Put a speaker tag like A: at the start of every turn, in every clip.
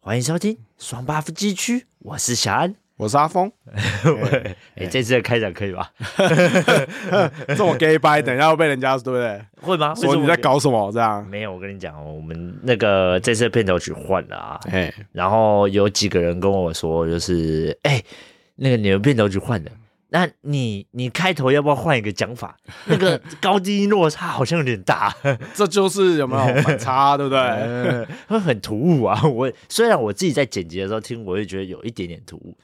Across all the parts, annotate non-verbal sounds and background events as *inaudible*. A: 欢迎收听双 buff 街区，我是小安。
B: 我是阿峰，
A: *laughs* 哎、这次的开场可以吧？
B: 这么 gay 掰，等一下会被人家对不对？
A: *laughs* 会吗？为
B: 说
A: 什么
B: 你在？搞什么这样？
A: 没有，我跟你讲哦，我们那个这次的片头曲换了 *laughs* 啊，
B: 哎，
A: 然后有几个人跟我说，就是哎、那个你们片头曲换了。那你你开头要不要换一个讲 *laughs* 法？那个高低音落差好像有点大， *laughs*
B: 这就是有没有反差，对不对？
A: 会很突兀啊！我虽然我自己在剪辑的时候听，我也觉得有一点点突兀，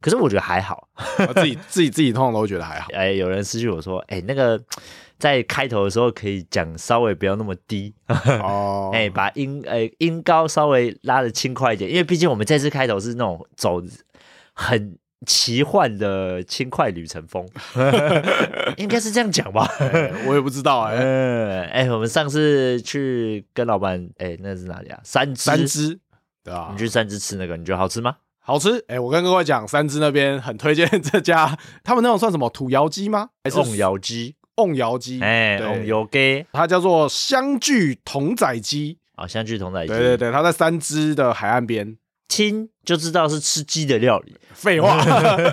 A: 可是我觉得还好。
B: 我自己自己自己通常都觉得还
A: *laughs*
B: 好。
A: 哎，有人私信我说，哎，那个在开头的时候可以讲稍微不要那么低，
B: 哦，
A: 哎，把音哎音高稍微拉的轻快一点，因为毕竟我们这次开头是那种走很奇幻的轻快旅程
B: *laughs*
A: 风，应该是这样讲吧。
B: 我也不知道哎，
A: 嗯，哎，我们上次去跟老板，哎，那是哪里啊？三只，
B: 三只，对吧
A: 你？去三只吃那个，你觉得好吃吗？
B: 好吃。哎，我跟各位讲，三只那边很推荐这家，他们那种算什么土窑鸡吗？还是
A: 瓮窑鸡，
B: 瓮窑鸡？
A: 哎，
B: 对
A: 瓮窑鸡，
B: 它叫做香聚童仔鸡。
A: 好，相聚同在一起，
B: 对对对，它在三只的海岸边。
A: 听就知道是吃鸡的料理。
B: 废话， *laughs*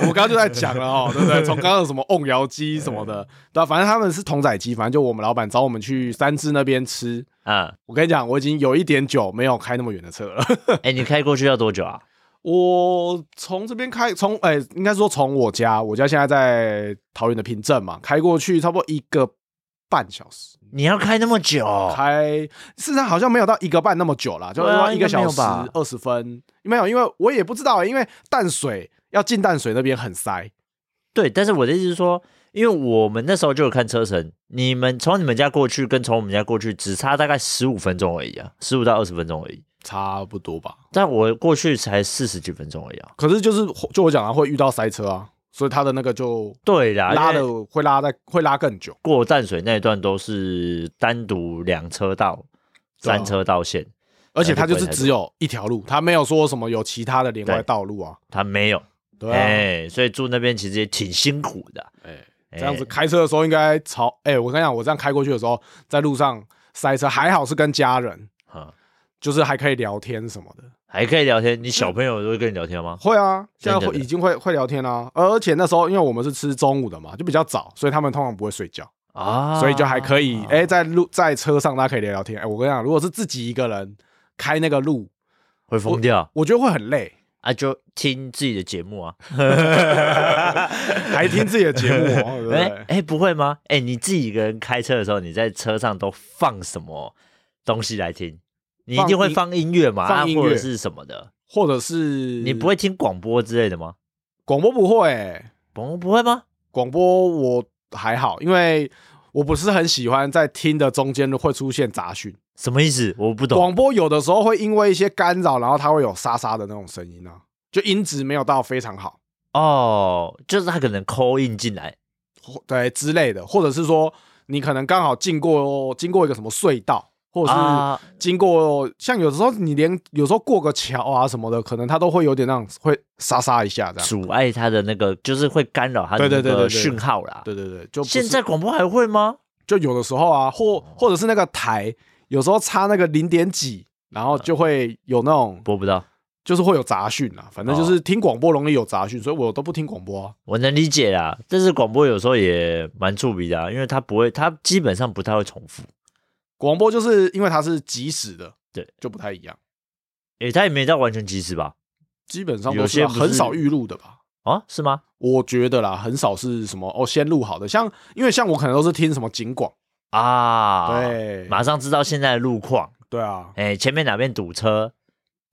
B: 我们刚刚就在讲
A: *laughs*
B: 了哦，对不对？从刚刚有什么瓮窑鸡什么的，对、啊，反正他们是童仔鸡，反正就我们老板找我们去三芝那边吃。
A: 啊，
B: 我跟你讲，我已经有一点久没有开那么远的车
A: *laughs*
B: 了。
A: 哎、你开过去要多久啊？
B: 我从这边开，从哎、应该说从我家，我家现在在桃园的平镇嘛，开过去差不多一个半小时。
A: *laughs* 你要开那么久？
B: 开事实上好像没有到一个半那么久啦，就是
A: 哦对啊
B: 说一个小
A: 应
B: 时
A: 该没有吧
B: 二十分。没有，因为我也不知道、因为淡水要进淡水那边很塞。
A: 对，但是我的意思是说，因为我们那时候就有看车程，你们从你们家过去跟从我们家过去只差大概十五分钟而已啊，十五到二十分钟而已。
B: 差不多吧，
A: 但我过去才四十几分钟而已啊。
B: 可是就是就我讲啊，会遇到塞车啊，所以他的那个就
A: 对啦，
B: 拉的
A: 因为
B: 会拉在会拉更久。
A: 过淡水那一段都是单独两车道、
B: 对啊
A: 三车道线，
B: 而且它就是只有一条路，它没有说什么有其他的连外道路啊。
A: 它没有。
B: 对啊，
A: 哎、所以住那边其实也挺辛苦的。
B: 哎，
A: 哎
B: 这样子开车的时候应该朝哎，我跟你讲，我这样开过去的时候，在路上塞车，还好是跟家人，
A: 啊、
B: 就是还可以聊天什么的。
A: 还可以聊天。你小朋友都会跟你聊天吗？
B: 会啊，现在
A: 真的
B: 会
A: 的
B: 已经会会聊天啦、而且那时候因为我们是吃中午的嘛，就比较早，所以他们通常不会睡觉。
A: 啊，
B: 所以就还可以，哎、在路在车上大家可以聊聊天。哎、我跟你讲，如果是自己一个人开那个路，
A: 会疯掉。
B: 我觉得会
A: *laughs*
B: 很累，
A: 啊，就听自己的节目
B: *laughs*
A: 啊。
B: 还听自己的节目、
A: *laughs*
B: 哦，对不
A: 哎
B: 对？
A: 哎，不会吗？哎，你自己一个人开车的时候，你在车上都放什么东西来听？你一定会放音乐嘛，
B: 放
A: 啊
B: 音乐
A: 或者是什么的？
B: 或者是
A: 你不会听广播之类的吗？
B: 广播不会、
A: 广播不会吗？
B: 广播我还好，因为我不是很喜欢在听的中间会出现杂讯。
A: 什么意思？我不懂。
B: 广播有的时候会因为一些干扰，然后它会有沙沙的那种声音啊，就音质没有到非常好，
A: 哦，就是他可能扣印进来
B: 或对之类的，或者是说你可能刚好经过经过一个什么隧道，或者是、
A: 啊，
B: 经过，像有时候你连有时候过个桥啊什么的，可能它都会有点那种会沙沙一下这样。
A: 阻碍他的那个，就是会干扰他的
B: 对
A: 那
B: 对对
A: 个
B: 对对
A: 讯号啦。
B: 对对对，就不是
A: 现在哦广播还会吗？
B: 就有的时候啊，或或者是那个台有时候差那个零点几，然后就会有那种
A: 嗯播不哦到。
B: 就是会有杂讯啊，反正就是听广播容易有杂讯，所以我都不听广播啊。
A: 我能理解啦，但是广播有时候也蛮触鼻的、啊，因为它不会，它基本上不太会重复，
B: 广播就是因为它是即时的，
A: 对，
B: 就不太一样，
A: 诶、它也没到完全及时吧？
B: 基本上
A: 有
B: 都
A: 些
B: 是
A: 不是
B: 很少预录的吧。
A: 啊，是吗？
B: 我觉得啦，很少是什么哦，先录好的，像因为像我可能都是听什么警广，
A: 啊，，
B: 对，
A: 马上知道现在的路况，
B: 对啊，
A: 诶、前面哪边堵车，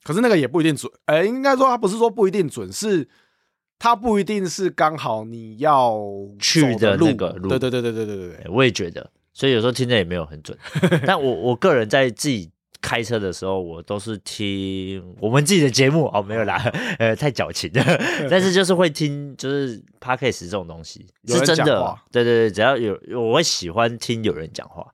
B: 可是那个也不一定准，哎、应该说他不是说不一定准，是他不一定是刚好你要
A: 去
B: 走
A: 的
B: 的路
A: 那个路
B: 对对对对对对对
A: 诶
B: 对，
A: 我也觉得，所以有时候听着也没有很
B: *laughs*
A: 准，但我我个人在自己。开车的时候，我都是听我们自己的节目哦，没有啦，呃，太矫情
B: *laughs*
A: 了。但是就是会听，就是 podcast 这种东西
B: 有
A: 是
B: 人
A: 真
B: 讲
A: 的
B: 话，
A: 对对对，只要有我会喜欢听有人讲话，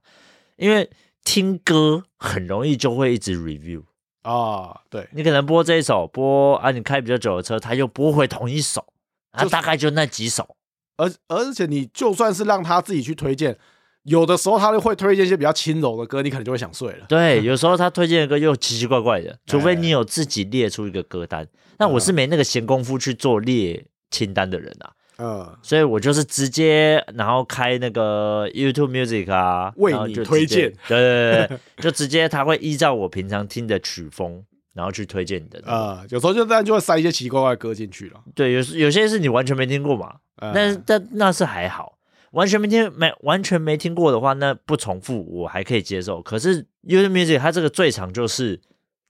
A: 因为听歌很容易就会一直 review。
B: 啊，对，
A: 你可能播这一首，播啊，你开比较久的车，它又播回同一首，啊，
B: 就是
A: 大概就那几首。
B: 而而且你就算是让他自己去推荐，有的时候他会推荐一些比较轻柔的歌，你可能就会想睡 *laughs* 了。
A: 对，有时候他推荐的歌又奇奇怪怪的，除
B: 哎
A: 非你有自己列出一个歌单。那我是没那个闲工夫去做列清单的人啊，
B: 嗯，
A: 所以我就是直接然后开那个 YouTube Music 啊，
B: 为
A: 然后
B: 你
A: 就直
B: 推
A: 接
B: 荐，
A: 对对对
B: *laughs*
A: 对，就直接他会依照我平常听的曲风，然后去推荐你的。
B: 呃，有时候就但就会塞一些奇奇怪怪的歌进去了。
A: 对，有时有些是你完全没听过嘛，
B: 呃
A: 但是但那是还好，完全没听没完全没听过的话，那不重复我还可以接受。可是 YouTube Music 它这个最长就是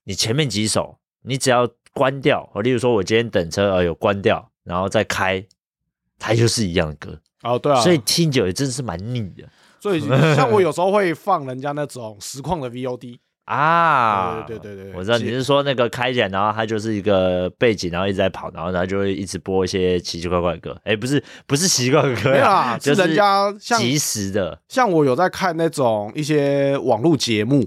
A: 你前面几首，你只要关掉，哦例如说我今天等车呃有关掉，然后再开，它就是一样的歌，
B: 哦，对啊，
A: 所以听久也真是蛮腻的 *laughs*
B: 所以像我有时候会放人家那种实况的 VOD，
A: 啊。
B: 对对对对对
A: 我知道
B: 是
A: 你是说那个开起来，然后它就是一个背景，然后一直在跑，然后它就会一直播一些奇奇怪怪的歌。哎，不是不是奇怪的歌
B: 没有啦，啊
A: 就是
B: 人家像
A: 及时的。
B: 像我有在看那种一些网络节目、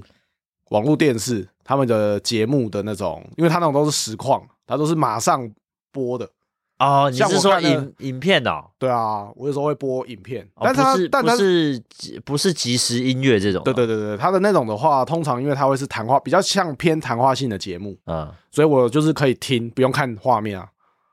B: 网络电视他们的节目的那种，因为他那种都是实况，他都是马上播的。
A: 哦，你
B: 像
A: 是
B: 我
A: 说
B: 看那
A: 影影片哦？
B: 对啊，我有时候会播影片，
A: 哦
B: 但他、
A: 不是
B: 但
A: 不
B: 他
A: 是即不是即时音乐这种，啊
B: 对，对对对，他的那种的话，通常因为他会是谈话，比较像偏谈话性的节目，
A: 嗯，
B: 所以我就是可以听，不用看画面啊。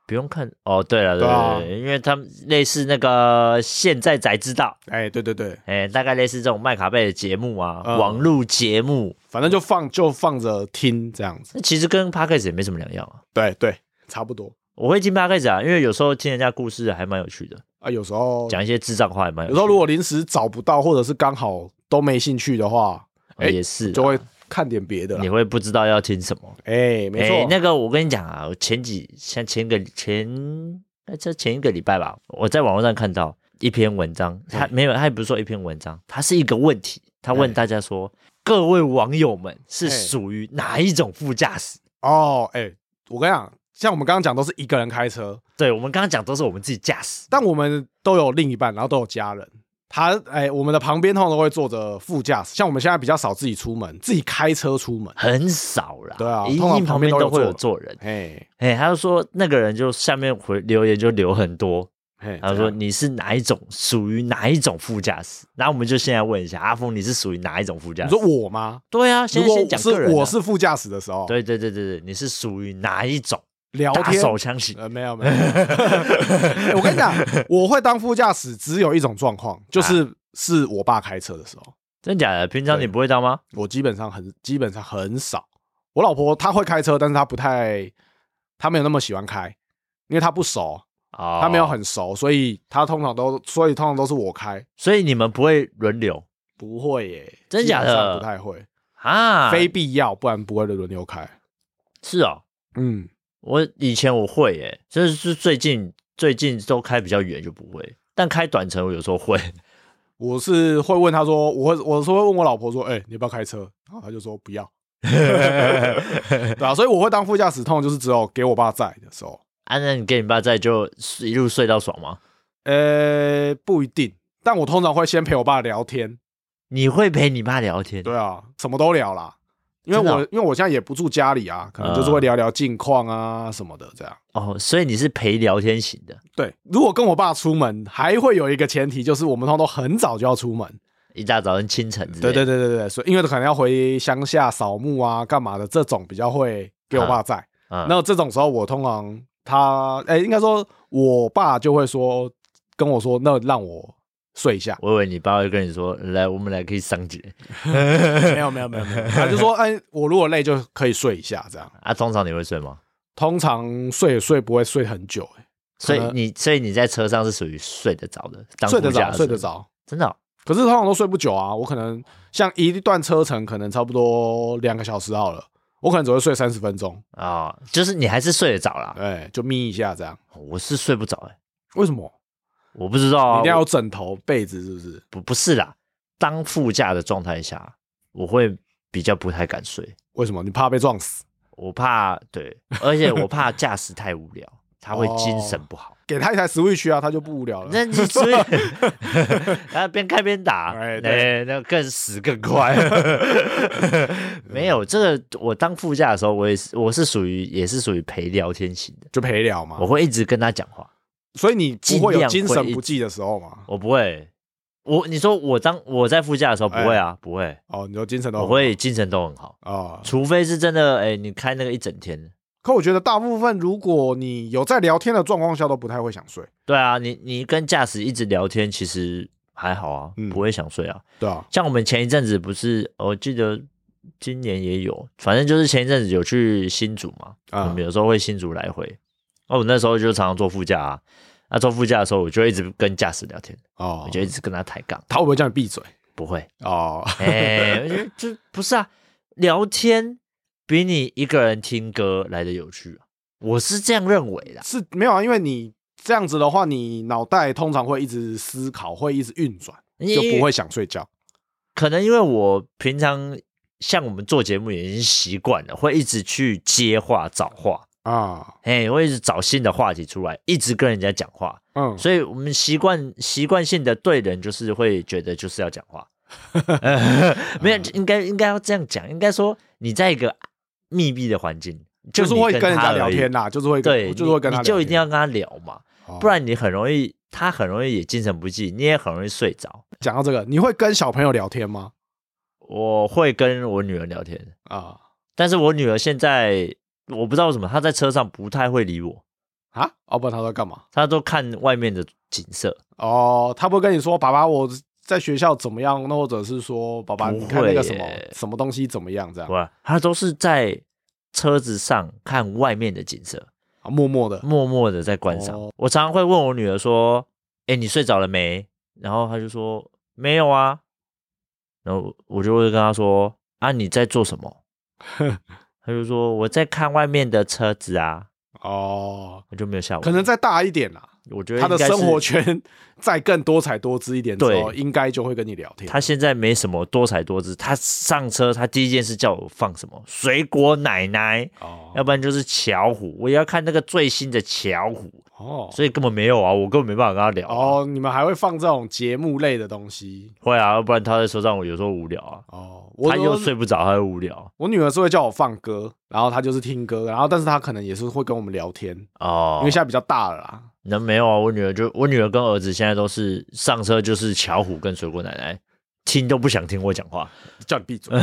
A: 不用看哦。对了，对
B: 对啊
A: 对对，因为他们类似那个现在才知道，
B: 哎，对对对，
A: 哎，大概类似这种麦卡贝的节目啊，
B: 嗯
A: 网络节目，
B: 反正就放就放着听这样子。
A: 那其实跟 podcast 也没什么两样啊。
B: 对对，差不多
A: 我会听 podcast 啊，因为有时候听人家故事还蛮有趣的，
B: 啊。有时候
A: 讲一些智障话也蛮
B: 有
A: 有
B: 时
A: 趣
B: 候
A: 的。
B: 如果临时找不到，或者是刚好都没兴趣的话，
A: 哦
B: 哎
A: 也是啊
B: 就会看点别的啦
A: 你。会不知道要听什么。
B: 哎，没
A: 哎
B: 错，
A: 那个我跟你讲啊，我前几像前个前哎这前一个礼拜吧，我在网络上看到一篇文章，他
B: 哎
A: 没有，他也不是说一篇文章，它是一个问题，他问
B: 哎
A: 大家说，各位网友们是
B: 哎
A: 属于哪一种副驾驶？
B: 哦，哎，我跟你讲，像我们刚刚讲都是一个人开车，
A: 对我们刚刚讲都是我们自己驾驶，
B: 但我们都有另一半，然后都有家人。他哎，我们的旁边通常都会坐着副驾驶，像我们现在比较少自己出门，自己开车出门。
A: 很少啦，
B: 对啊
A: 一
B: 通常
A: 定旁
B: 旁边
A: 边
B: 都
A: 都
B: 有
A: 会有
B: 坐
A: 坐人。
B: 哎
A: 哎，他就说那个人就下面回留言就留很多，
B: 哎，
A: 他
B: 怎
A: 说
B: 样
A: 你是哪一种，属于哪一种副驾驶？然后我们就现在问一下阿峰，你是属于哪一种副驾
B: 你
A: 驶？
B: 说我吗？
A: 对啊，
B: 如
A: 先
B: 果
A: 先讲个
B: 是
A: 人、
B: 我，是副驾驶的时候，
A: 对对对对对，你是属于哪一种？
B: 聊
A: 打
B: 天
A: 手枪 *laughs* 型
B: 呃，没有没有， *laughs* 哎我跟你讲，我会当副驾驶只有一种状
A: 啊
B: 况，就是是我爸开车的时候，
A: 真假的？平常你
B: 对
A: 不会当吗？
B: 我基本上很基本上很少。我老婆她会开车，但是她不太，她没有那么喜欢开，因为她不熟，
A: 哦，
B: 她没有，很熟，所以她通常都，所以通常都是我开，
A: 所以你们不会轮流
B: 不会耶，
A: 真假的
B: 基本上不太会，
A: 啊？
B: 非必要，不然不会轮流开。
A: 是哦，
B: 嗯，
A: 我以前我会耶，就是是最近最近都开比较远就不会，但开短程我有时候会。
B: 我是会问她说，我会，我是会问我老婆说，哎、你要不要开车？然后她就说不要。 *laughs* 对啊，所以我会当副驾驶，通常就是只有给我爸在的时候。
A: 啊，那你跟你爸在就一路睡到爽吗？
B: 呃，不一定，但我通常会先陪我爸聊天。
A: 你会陪你爸聊天？
B: 对啊，什么都聊啦，因为
A: 真的
B: 我、
A: 哦嗯
B: 因为我现在也不住家里啊，可能就是会聊聊近况啊什么的这样。
A: 哦，所以你是陪聊天型的，
B: 对，如果跟我爸出门，还会有一个前提，就是我们通常都很早就要出门。
A: 一大早上清晨之类
B: 对
A: 的
B: 对对对对，所以因为可能要回乡下扫墓啊、干嘛的，这种比较会给我爸在。
A: 嗯。
B: 那这种时候，我通常他，哎、应该说我爸就会说跟我说，那让我睡一下
A: *laughs* 我以为你爸会跟你说，来，我们来可以上节
B: 没有没有没有没有，他就说，哎、我如果累就可以睡一下，这样。
A: 啊。通常你会睡吗？
B: 通常睡也睡不会睡很久、哎
A: 所以
B: 可能
A: 你所以你在车上是属于睡得着的，当
B: 睡得
A: 副驾驶
B: 着，睡得，着。
A: 真的哦、
B: 可是通常都睡不久啊，我可能像一段车程，可能差不多两个小时好了，我可能只会睡三十分钟，
A: 哦就是你还是睡得着啦。
B: 哎、就眯一下这样。
A: 我是睡不着哎、
B: 为什么？
A: 我不知道、
B: 你
A: 啊，
B: 一定要
A: 我
B: 有枕头被子是不是？
A: 不不是啦，当副驾的状态下，我会比较不太敢睡，
B: 为什么？你怕被撞死？
A: 我怕对，而且我怕驾驶太无聊，他会精神
B: 哦
A: 不好。
B: 给他一台 Switch 啊，他就不无聊了。
A: *laughs* 那你
B: *laughs*
A: 所以，然后边开边打，哎、
B: 哎对
A: 那更死更快。
B: *laughs*
A: 没有这个，我当副驾的时候，我也是我是属于也是属于陪聊天型的，
B: 就陪聊嘛
A: 我。会一直跟他讲话，
B: 所以你不
A: 尽量
B: 会
A: 会
B: 有精神不济的时候嘛？
A: 我不会我你说我当我在副驾的时候不会啊，不会，
B: 哦，你说精神都
A: 我会精神都很好，
B: 啊、
A: 除非是真的，哎，你开那个一整天。
B: 可我觉得大部分如果你有在聊天的状况下，都不太会想睡。
A: 对啊，你你跟驾驶一直聊天，其实还好啊
B: 嗯，
A: 不会想睡啊。
B: 对啊，
A: 像我们前一阵子不是，我记得今年也有，反正就是前一阵子有去新竹嘛，
B: 啊
A: 我们有时候会新竹来回。哦，我那时候就常常坐副驾啊，那、坐副驾的时候，我就会一直跟驾驶聊天，
B: 哦，
A: 我就一直跟他抬杠，
B: 他会不会叫你闭嘴？
A: 不会，
B: 哦， *laughs*
A: 哎、我觉得这不是啊，聊天比你一个人听歌来的有趣啊，我是这样认为的啊。
B: 是没有啊，因为你这样子的话，你脑袋通常会一直思考，会一直运转，
A: 你
B: 就不会想睡觉。
A: 可能因为我平常像我们做节目已经习惯了，会一直去接话找话。
B: 啊，
A: 哎，我一直找新的话题出来，一直跟人家讲话，
B: 嗯，
A: 所以我们习惯习惯性的对人就是会觉得就是要讲
B: *laughs*
A: 话，没有应该应该要这样讲，应该说你在一个密闭的环境，
B: 就是会
A: 你
B: 跟人
A: 他
B: 家聊
A: 而已
B: 天，啦，就是会
A: 对，
B: 跟就是会跟
A: 你
B: 他
A: 你
B: 聊天，
A: 就一定要跟他聊嘛，
B: 哦
A: 不然你很容易他很容易也精神不济，你也很容易睡着。
B: 讲到这个，你会跟小朋友聊天吗？
A: 我会跟我女儿聊天，
B: 啊
A: 但是我女儿现在我不知道为什么她在车上不太会理我，
B: 啊，哦，不然他在干嘛？
A: 她都看外面的景色。
B: 哦，他不会跟你说爸爸我在学校怎么样，那或者是说爸爸
A: 不
B: 你看那个
A: 会
B: 什么
A: 耶
B: 什么东西怎么样这样，
A: 哇，他都是在车子上看外面的景色，
B: 啊默默的
A: 默默的在观赏。
B: 哦
A: 我常常会问我女儿说：“哎、你睡着了没？”然后她就说：“没有啊。”然后我就会跟她说：“啊，你在做什么？”她就说：“我在看外面的车子啊。
B: 哦”，
A: 我就没有下文。
B: 可能再大一点啦，
A: 我觉得
B: 他的
A: 应该是
B: 生活，圈 *laughs* 再更多彩多姿一点之
A: 对
B: 后，应该就会跟你聊天。
A: 她现在没什么多彩多姿。她上车，她第一件事叫我放什么水果奶奶，
B: 哦
A: 要不然就是巧虎，我也要看那个最新的巧虎。
B: 哦
A: 所以根本没有啊，我根本没办法跟他聊、哦，
B: 哦，你们还会放这种节目类的东西
A: 会啊，要不然他在车上我有时候无聊啊，
B: 哦。我
A: 他又睡不着，他又无聊
B: 我女儿是会叫我放歌，然后她就是听歌，然后但是她可能也是会跟我们聊天，
A: 哦
B: 因。为现在比较大了啦。
A: 那没有啊，我女儿就我女儿跟儿子现在都是上车就是巧虎跟水果奶奶，听都不想听我讲话。
B: 叫你
A: *laughs*
B: 闭嘴，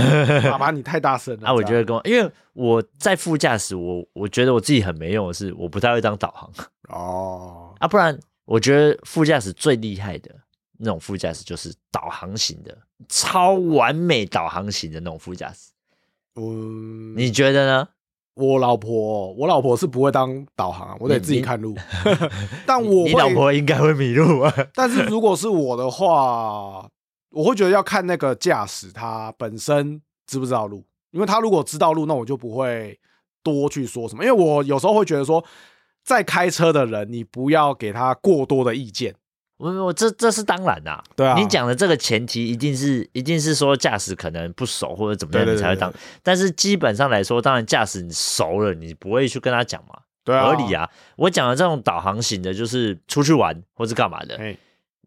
B: 爸爸你太大声了。
A: 啊，我觉
B: 这样
A: 得跟我因为我在副驾驶，我我觉得我自己很没用的是，我不太会当导航
B: 哦，
A: 啊，不然我觉得副驾驶最厉害的。那种副驾驶就是导航型的，超完美导航型的那种副驾驶，
B: 嗯，
A: 你觉得呢？
B: 我老婆，我老婆是不会当导航啊，我得
A: 你
B: 自己
A: 嗯你 *laughs*
B: 看路。 *laughs* 但我
A: 你老
B: 会，
A: 婆应该会迷路啊。
B: 但是如果是我的话，我会觉得要看那个驾驶他本身知不知道路，因为他如果知道路，那我就不会多去说什么，因为我有时候会觉得说，在开车的人，你不要给他过多的意见。
A: 我我这这是当然啦、
B: 对啊，
A: 你讲的这个前提一定是一定是说驾驶可能不熟或者怎么样
B: 对对
A: 你
B: 对
A: 才会当，
B: 对
A: 但是基本上来说，当然驾驶你熟了，你不会去跟他讲嘛，
B: 对啊，
A: 合理。啊。我讲的这种导航型的，就是出去玩或是干嘛的，
B: 哎，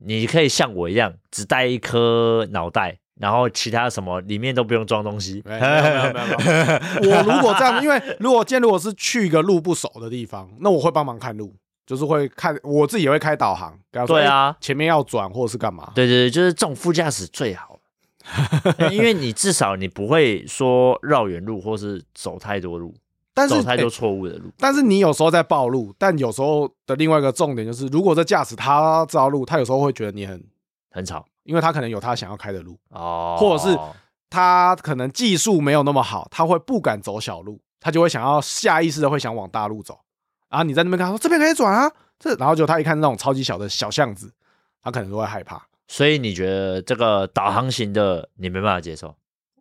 A: 你可以像我一样只带一颗脑袋，然后其他什么里面都不用装东西。
B: 哎没有没有没有没有我如果这样，因为如果今天如果是去一个路不熟的地方，那我会帮忙看路，就是会看我自己也会开导航，跟他说
A: 对啊
B: 欸前面要转或者是干嘛。
A: *laughs* 对啊对对，就是这种副驾驶最
B: *laughs*
A: 好，因为你至少你不会说绕远路或是走太多路，
B: 但是、
A: 走太多
B: 欸
A: 错误的路。
B: 但是你有时候在暴露，但有时候的另外一个重点就是，如果这驾驶他知道路，他有时候会觉得你很，
A: 很吵
B: 因为他可能有他想要开的路，
A: 哦，
B: 或者是他可能技术没有那么好，他会不敢走小路，他就会想要下意识的会想往大路走。然后你在那边跟他说这边可以转啊，这然后就他一看那种超级小的小巷子，他可能都会害怕。
A: 所以你觉得这个导航型的你没办法接受，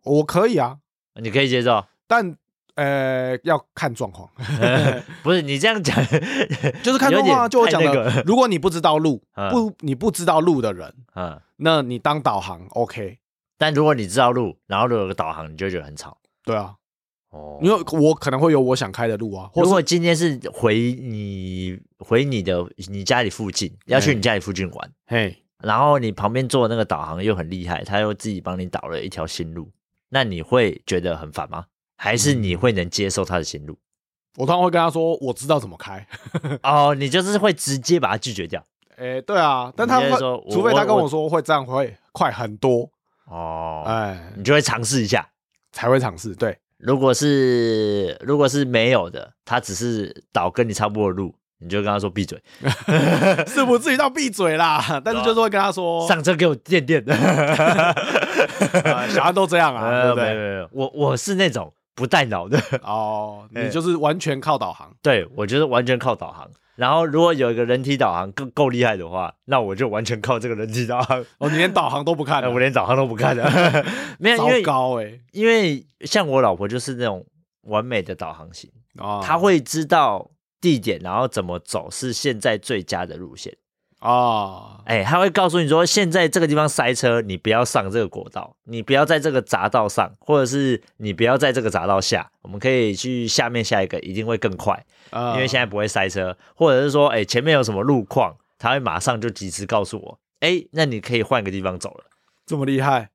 B: 我可以啊，
A: 你可以接
B: *laughs*
A: 受，
B: 但呃要看状
A: *laughs*
B: 况，
A: 不是你这样
B: *laughs*
A: 讲
B: 就是看
A: 有
B: 状
A: 点
B: 况啊。就我
A: 太
B: 讲
A: 那
B: 的，
A: 个
B: *laughs* 如果你不知道路，
A: 嗯
B: 不你不知道路的人，
A: 嗯，
B: 那你当导航 OK？
A: 但如果你知道路，然后如果有个导航，你就会觉得很吵
B: 对啊，
A: 哦。
B: 因为我可能会有我想开的路啊，或
A: 如
B: 者
A: 果今天是回你回你的你家里附近，要
B: 嗯
A: 去你家里附近玩，
B: 嘿，
A: 然后你旁边坐的那个导航又很厉害，他又自己帮你导了一条新路，那你会觉得很烦吗？还是
B: 嗯
A: 你会能接受他的新路？
B: 我通常会跟他说我知道怎么开， *laughs*
A: 哦，你就是会直接把他拒绝掉。
B: 哎，对啊，但他
A: 你
B: 会
A: 现在说，我
B: 除非他
A: 我
B: 跟我
A: 我
B: 说会这样会快很多，
A: 哦，
B: 哎，
A: 你就会尝试一下。
B: 才会尝试。
A: *laughs*
B: 对，
A: 如果是如果是没有的，他只是导跟你差不多的路，你就跟他说闭嘴，
B: 是不至于到闭
A: *laughs*
B: 嘴啦，但是就是会跟他说，
A: 上车给我垫垫的。
B: 呃
A: *laughs*
B: 小孩都这样哦 *laughs* 啊，对
A: 呃，
B: 不
A: 没有
B: 对？
A: 没有，我我是那种不带脑的， *laughs*
B: 哦，你
A: 哎
B: 就是完全靠导航。
A: 对我就是完全靠导航。然后如果有一个人体导航够够厉害的话，那我就完全靠这个人体导航，
B: 哦，你连导航都不看
A: 呃 *laughs*
B: 啊，
A: 我连导航都不看的。 *laughs* 没有，因
B: 糟
A: 为
B: 糕哎
A: 因为像我老婆就是那种完美的导航型，
B: 啊，
A: 她会知道地点，然后怎么走是现在最佳的路线。
B: 啊，
A: 哎，他会告诉你说，现在这个地方塞车，你不要上这个国道，你不要在这个匝道上，或者是你不要在这个匝道下，我们可以去下面下一个，一定会更快，
B: 因
A: 因为现在不会塞车，或者是说，哎，前面有什么路况，他会马上就及时告诉我，哎，那你可以换个地方走了。
B: 这么厉害，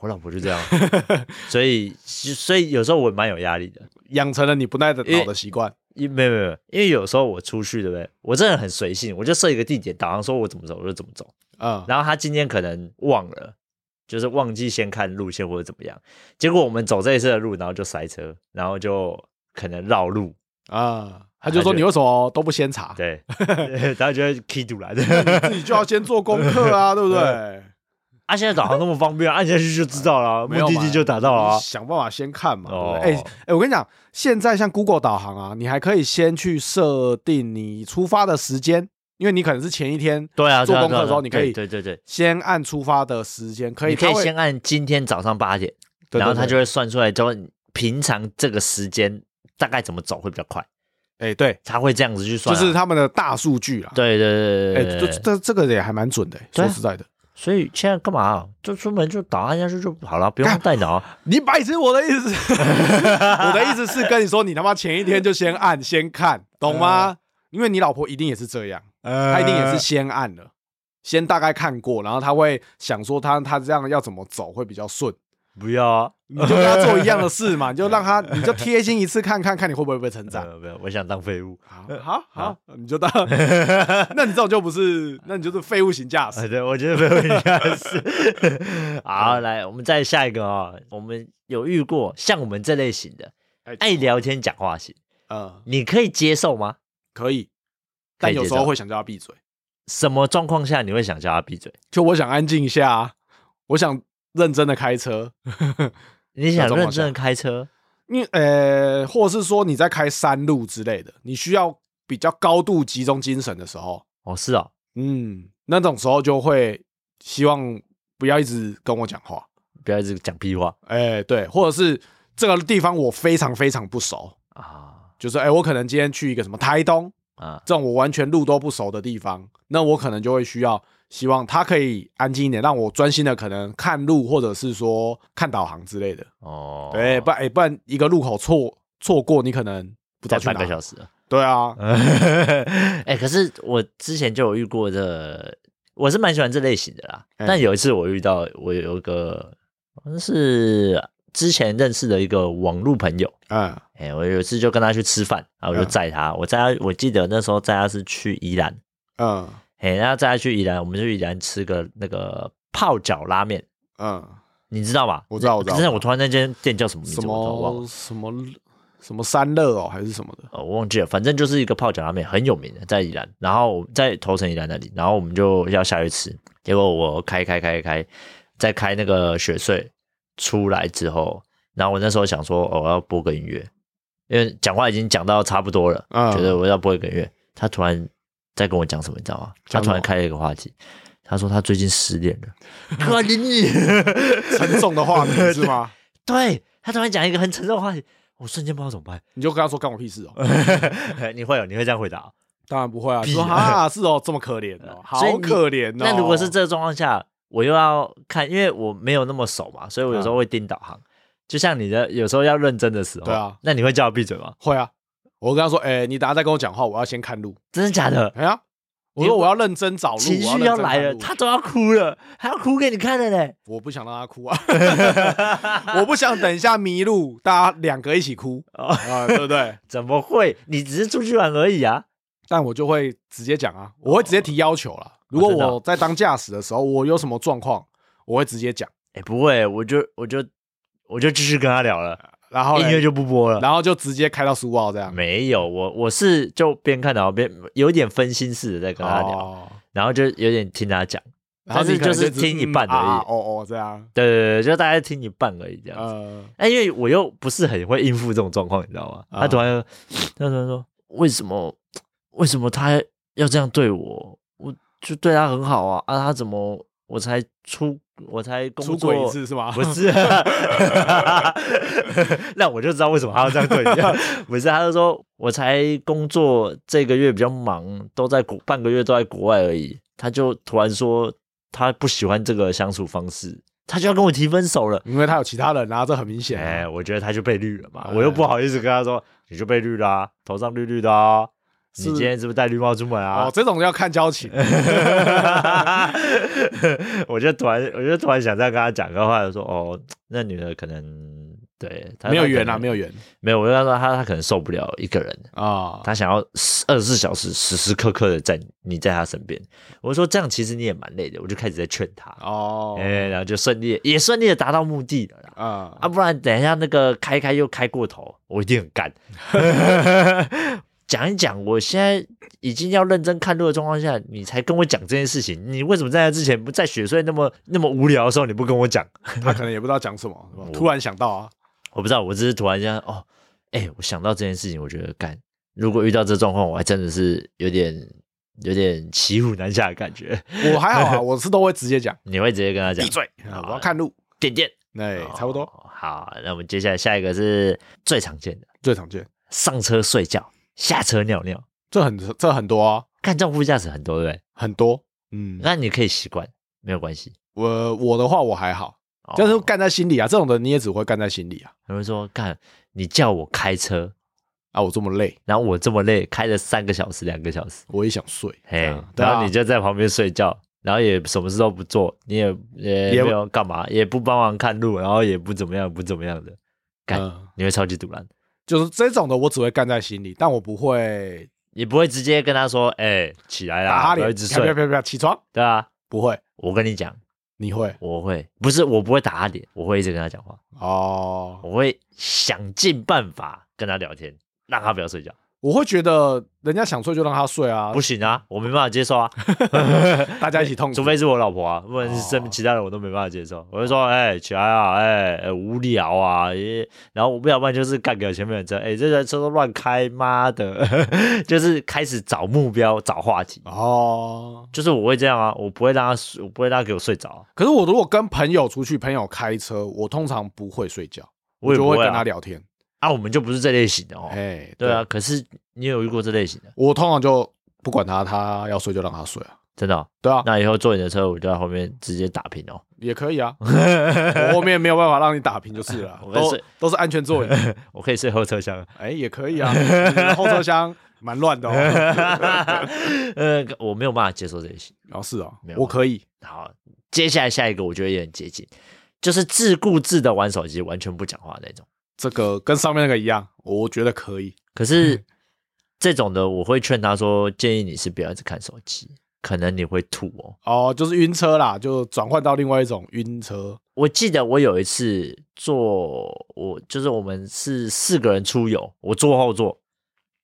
A: 我老婆就这样， *laughs* 所以所以有时候我蛮有压力的，
B: 养成了你不耐的
A: 因为
B: 脑的习惯。
A: 因没有没有没有，因为有时候我出去，对不对？我真的很随性，我就设一个地点，导航说我怎么走我就怎么走。
B: 嗯，
A: 然后他今天可能忘了，就是忘记先看路线或者怎么样，结果我们走这一次的路，然后就塞车，然后就可能绕路，
B: 啊，他就
A: 他
B: 说
A: 就
B: 你为什么都不先查？ *laughs*
A: 对，然后就会 key 堵来的。
B: 自己就要先做功课啊，对不对？
A: *laughs* 啊，现在导航那么方便，按下去就知道了，目
B: 啊没有
A: 的
B: 嘛
A: 地就达到了啊
B: 你。想办法先看嘛。对不对哎、
A: 哦
B: 哎我跟你讲，现在像 Google 导航啊，你还可以先去设定你出发的时间，因为你可能是前一天
A: 对啊，
B: 做
A: 对啊
B: 功课的时
A: 对
B: 候
A: 啊
B: 你可以
A: 对对对，
B: 先按出发的时间，可
A: 对
B: 以，
A: 你可以
B: 它会
A: 先按今天早上八点，
B: 对对
A: 然后他
B: 对
A: 就会算出来，之后你平常这个时间大概怎么走会比较快，
B: 哎、对，
A: 他会这样子去算
B: 就
A: 啊。
B: 是他们的大数据啊啦。
A: 对对对
B: 哎、
A: 对对
B: 这
A: 对，
B: 这这个也还蛮准的、欸
A: 对啊
B: 说实在的，
A: 所以现在干嘛、啊就出门就导按下去就好了，不用带脑啊。
B: *laughs* 你白痴！我的意思是， *laughs* 我的意思是跟你说，你他妈前一天就先按先看，懂吗？
A: 嗯
B: 因为你老婆一定也是这样，呃她一定也是先按了，先大概看过，然后她会想说她她这样要怎么走会比较顺，
A: *laughs* 不要啊，
B: 你就跟她做一样的事嘛，你就让她，你就贴心一次看看看你会不会被成长。
A: 呃，没有，我想当废物。 *laughs*
B: 好好好，你就当， *laughs* 那你这种就不是，那你就是废物型驾
A: 啊，
B: 驶。
A: 对，我觉得废物应该是。 *laughs* 好，来，我们再下一个啊、我们有遇过像我们这类型的，哎爱聊天讲话型，
B: 哎嗯，
A: 你可以接受吗？
B: 可以，但有时候会想叫她闭嘴。
A: 什么状况下你会想叫他闭嘴？
B: 就我想安静一下啊，我想认真的开车， *laughs*
A: 你想
B: 什么
A: 认
B: 状况下
A: 真的开车？
B: 因为呃，或者是说你在开山路之类的，你需要比较高度集中精神的时候，
A: 哦，是哦，
B: 嗯，那种时候就会希望不要一直跟我讲话，
A: 不要一直讲屁话
B: 哎、对，或者是这个地方我非常非常不熟，
A: 啊
B: 就是哎、我可能今天去一个什么台东
A: 啊！
B: 这种我完全路都不熟的地方，那我可能就会需要。希望他可以安静一点，让我专心的可能看路，或者是说看导航之类的。
A: 哦，
B: 对，不然、欸、不然一个路口错错过，你可能不知道
A: 再
B: 去
A: 半
B: 哪
A: 个。小时了。
B: 对啊，
A: *laughs* 哎、可是我之前就有遇过这，我是蛮喜欢这类型的啦。
B: 嗯
A: 但有一次我遇到，我有一个好像是之前认识的一个网络朋友，
B: 嗯
A: 哎、我有一次就跟他去吃饭，然后我就
B: 嗯
A: 载他，我载他，我记得那时候载他是去宜兰，
B: 嗯
A: 哎、然后载他去宜兰，我们去宜兰吃个那个泡脚拉面，
B: 嗯，
A: 你知道吧？
B: 我知道我知道
A: 但是我突然那间店叫什么名
B: 什
A: 字，我都忘了
B: 么。什么什么三乐哦，还是什么的？
A: 呃，我忘记了，反正就是一个泡脚拉面很有名的，在宜兰，然后在头城宜兰那里，然后我们就要下去吃，结果我开开开开，在开那个雪穗出来之后，然后我那时候想说，哦，我要播个音乐，因为讲话已经讲到差不多了，
B: 嗯
A: 觉得我要播一个音乐，他突然在跟我讲什么，你知道吗？他
B: 讲
A: 突
B: 什
A: 然
B: 么
A: 开了一个话题，他说他最近失恋了，
B: *laughs*
A: 可怜你，
B: 沉重的话题是吗？
A: *laughs* 对他突然讲一个很沉重的话题，我瞬间不知道怎么
B: *laughs*
A: 办，
B: 你就跟他说干我屁事哦？
A: 你会有、你会这样回答哦、
B: 当然不会啊！
A: 呃屁
B: 你说啊，是哦，这么可怜哦，好
A: *laughs* 所以你
B: 可怜哦。
A: 那如果是这个状况下，我又要看，因为我没有那么熟嘛，所以我有时候会盯导航。就像你的，有时候要认真的时候，
B: 嗯对啊，
A: 那你会叫我闭嘴吗？
B: 会啊，我跟他说，哎，你等下再跟我讲话，我要先看路。
A: 真的假的？
B: 哎呀，我说我要认真找路，
A: 情
B: 我
A: 绪要
B: 要认真
A: 来
B: 看
A: 了，
B: 路
A: 他都要哭了，还要哭给你看的
B: *laughs*
A: 嘞。
B: 我不想让他哭啊， *laughs* 我不想等一下迷路，大家两个一起哭
A: 哦
B: 啊，对不对？
A: 怎么会？你只是出去玩而已啊！
B: 但我就会直接讲啊，我会直接提要求啦。如果
A: 真的哦
B: 我在当驾驶的时候，我有什么状况，我会直接讲，
A: 哎、不会，我就我就我就继续跟他聊了，
B: 然后
A: 音乐
B: 嘞
A: 就不播了。
B: 然后就直接开到苏澳这样。
A: 没有，我我是就边看然后边有点分心似的在跟他聊，
B: 哦，
A: 然后就有点听他讲，
B: 然后
A: 但是
B: 你可能
A: 就是
B: 只
A: 听一
B: 嗯
A: 半而
B: 啊
A: 已
B: 哦哦，这样，
A: 对对对，就大概听一半而已这样子。
B: 呃，
A: 哎、因为我又不是很会应付这种状况，你知道吗？
B: 啊
A: 他突然他突然说，为什么为什么他要这样对我？我就对他很好啊，啊，他怎么我才出我才工
B: 出
A: 作
B: 轨一次是吗？
A: 不是， *laughs* 那我就知道为什么他要这样对你。啊不是，他就说我才工作这个月比较忙，都在国半个月都在国外而已。他就突然说他不喜欢这个相处方式，他就要跟我提分手了。
B: 因为他有其他人啊，这很明显
A: 哎、
B: 啊。
A: 我觉得他就被绿了嘛，
B: 哎
A: 我又不好意思跟他说你就被绿啦、头上绿绿的啊。你
B: 是
A: 今天是不是戴绿帽出门啊？
B: 哦，这种要看交情。
A: *laughs* 我就突然，我就突然想再跟他讲个话，就说哦，那女的可能对她
B: 没有缘
A: 她
B: 啊，
A: 可能
B: 没有缘
A: 没有，我就跟他说她她可能受不了一个人，
B: 啊。
A: 她想要二十四小时时时刻刻的在你在她身边。我说这样其实你也蛮累的，我就开始在劝她，哎、
B: 哦，
A: 然后就顺利也顺利的达到目的了啦。
B: 啊，
A: 啊，不然等一下那个开开又开过头，我一定很干。 *laughs* 讲一讲，我现在已经要认真看路的状况下，你才跟我讲这件事情，你为什么在那之前不在雪穗那么那么无聊的时候你不跟我讲？
B: 他可能也不知道讲什么，是吧
A: *laughs* 我
B: 突然想到啊，
A: 我不知道，我只是突然间哦，哎、我想到这件事情，我觉得干，如果遇到这状况，我还真的是有点有点骑虎难下的感觉。
B: 我还
A: *laughs*
B: 好啊，我是都会直接讲，
A: 你会直接跟他讲
B: 闭嘴，啊我要看路，
A: 点点，
B: 哎
A: 哦，
B: 差不多，。
A: 好，那我们接下来下一个是最常见的，
B: 最常见，
A: 上车睡觉，下车尿尿。
B: 这很这很多啊，
A: 看这种副驾驶很多对不对？
B: 很多，嗯，
A: 那你可以习惯，没有关系。
B: 我我的话我还好，
A: 哦
B: 就是干在心里啊，这种的你也只会干在心里啊，
A: 有人说，干你叫我开车，
B: 啊，我这么累，
A: 然后我这么累，开了三个小时、两个小时，
B: 我也想睡，
A: 嘿，
B: 对啊
A: 然后你就在旁边睡觉，然后也什么事都不做，你也也
B: 也
A: 没有干嘛，也不帮忙看路，然后也不怎么样，不怎么样的，干
B: 嗯，
A: 你会超级堵然，
B: 就是这种的我只会干在心里，但我不会
A: 你不会直接跟他说，哎，起来
B: 打
A: 啦，
B: 哈
A: 不
B: 脸，
A: 要一直
B: 啪啪
A: 睡，
B: 啪啪起床，
A: 对啊，
B: 不会，
A: 我跟你讲，
B: 你会
A: 我会，不是我不会打他脸，我会一直跟他讲话。
B: 哦，
A: 我会想尽办法跟他聊天，让他不要睡觉。
B: 我会觉得人家想睡就让他睡啊，
A: 不行啊，我没办法接受
B: *laughs*
A: 啊，
B: 大家一起痛苦，
A: 除非是我老婆啊，不然是身
B: 哦
A: 边其他人我都没办法接受。我就说，哎、起来啊，哎、哎无聊啊，也然后我不要不然就是干掉前面的车，哎、这台车都乱开，妈的， *laughs* 就是开始找目标、找话题。
B: 哦，
A: 就是我会这样啊，我不会让他睡，我不会让他给我睡着啊，
B: 可是我如果跟朋友出去，朋友开车，我通常不会睡觉，
A: 我也
B: 就
A: 不
B: 会
A: 会
B: 跟他
A: 啊。
B: 聊天。
A: 啊，我们就不是这类型的哦。
B: 哎，
A: 对啊，，可是你有遇过这类型的，
B: 我通常就不管他，他要睡就让他睡啊。
A: 真的哦、
B: 对啊，
A: 那以后坐你的车，我就在后面直接打平哦。
B: 也可以啊，我后面没有办法让你打平就是了啊，
A: *laughs* 我跟
B: 都
A: 睡
B: 都是安
A: *laughs*
B: 全座椅。
A: *laughs* 我可以睡后车厢。 *laughs*
B: 哎，也可以啊，你的后车厢蛮乱的哦。
A: *laughs* 呃，我没有办法接受这些。
B: 哦，是啊
A: 没，有
B: 我可以
A: 好，接下来下一个我觉得也很接近，就是自顾自的玩手机，完全不讲话那种。
B: 这个跟上面那个一样，我觉得可以。
A: 可是这种的，我会劝他说，建议你是不要一直看手机，可能你会吐哦。
B: 哦，就是晕车啦，就转换到另外一种晕车。
A: 我记得我有一次坐，我就是我们是四个人出游，我坐后座，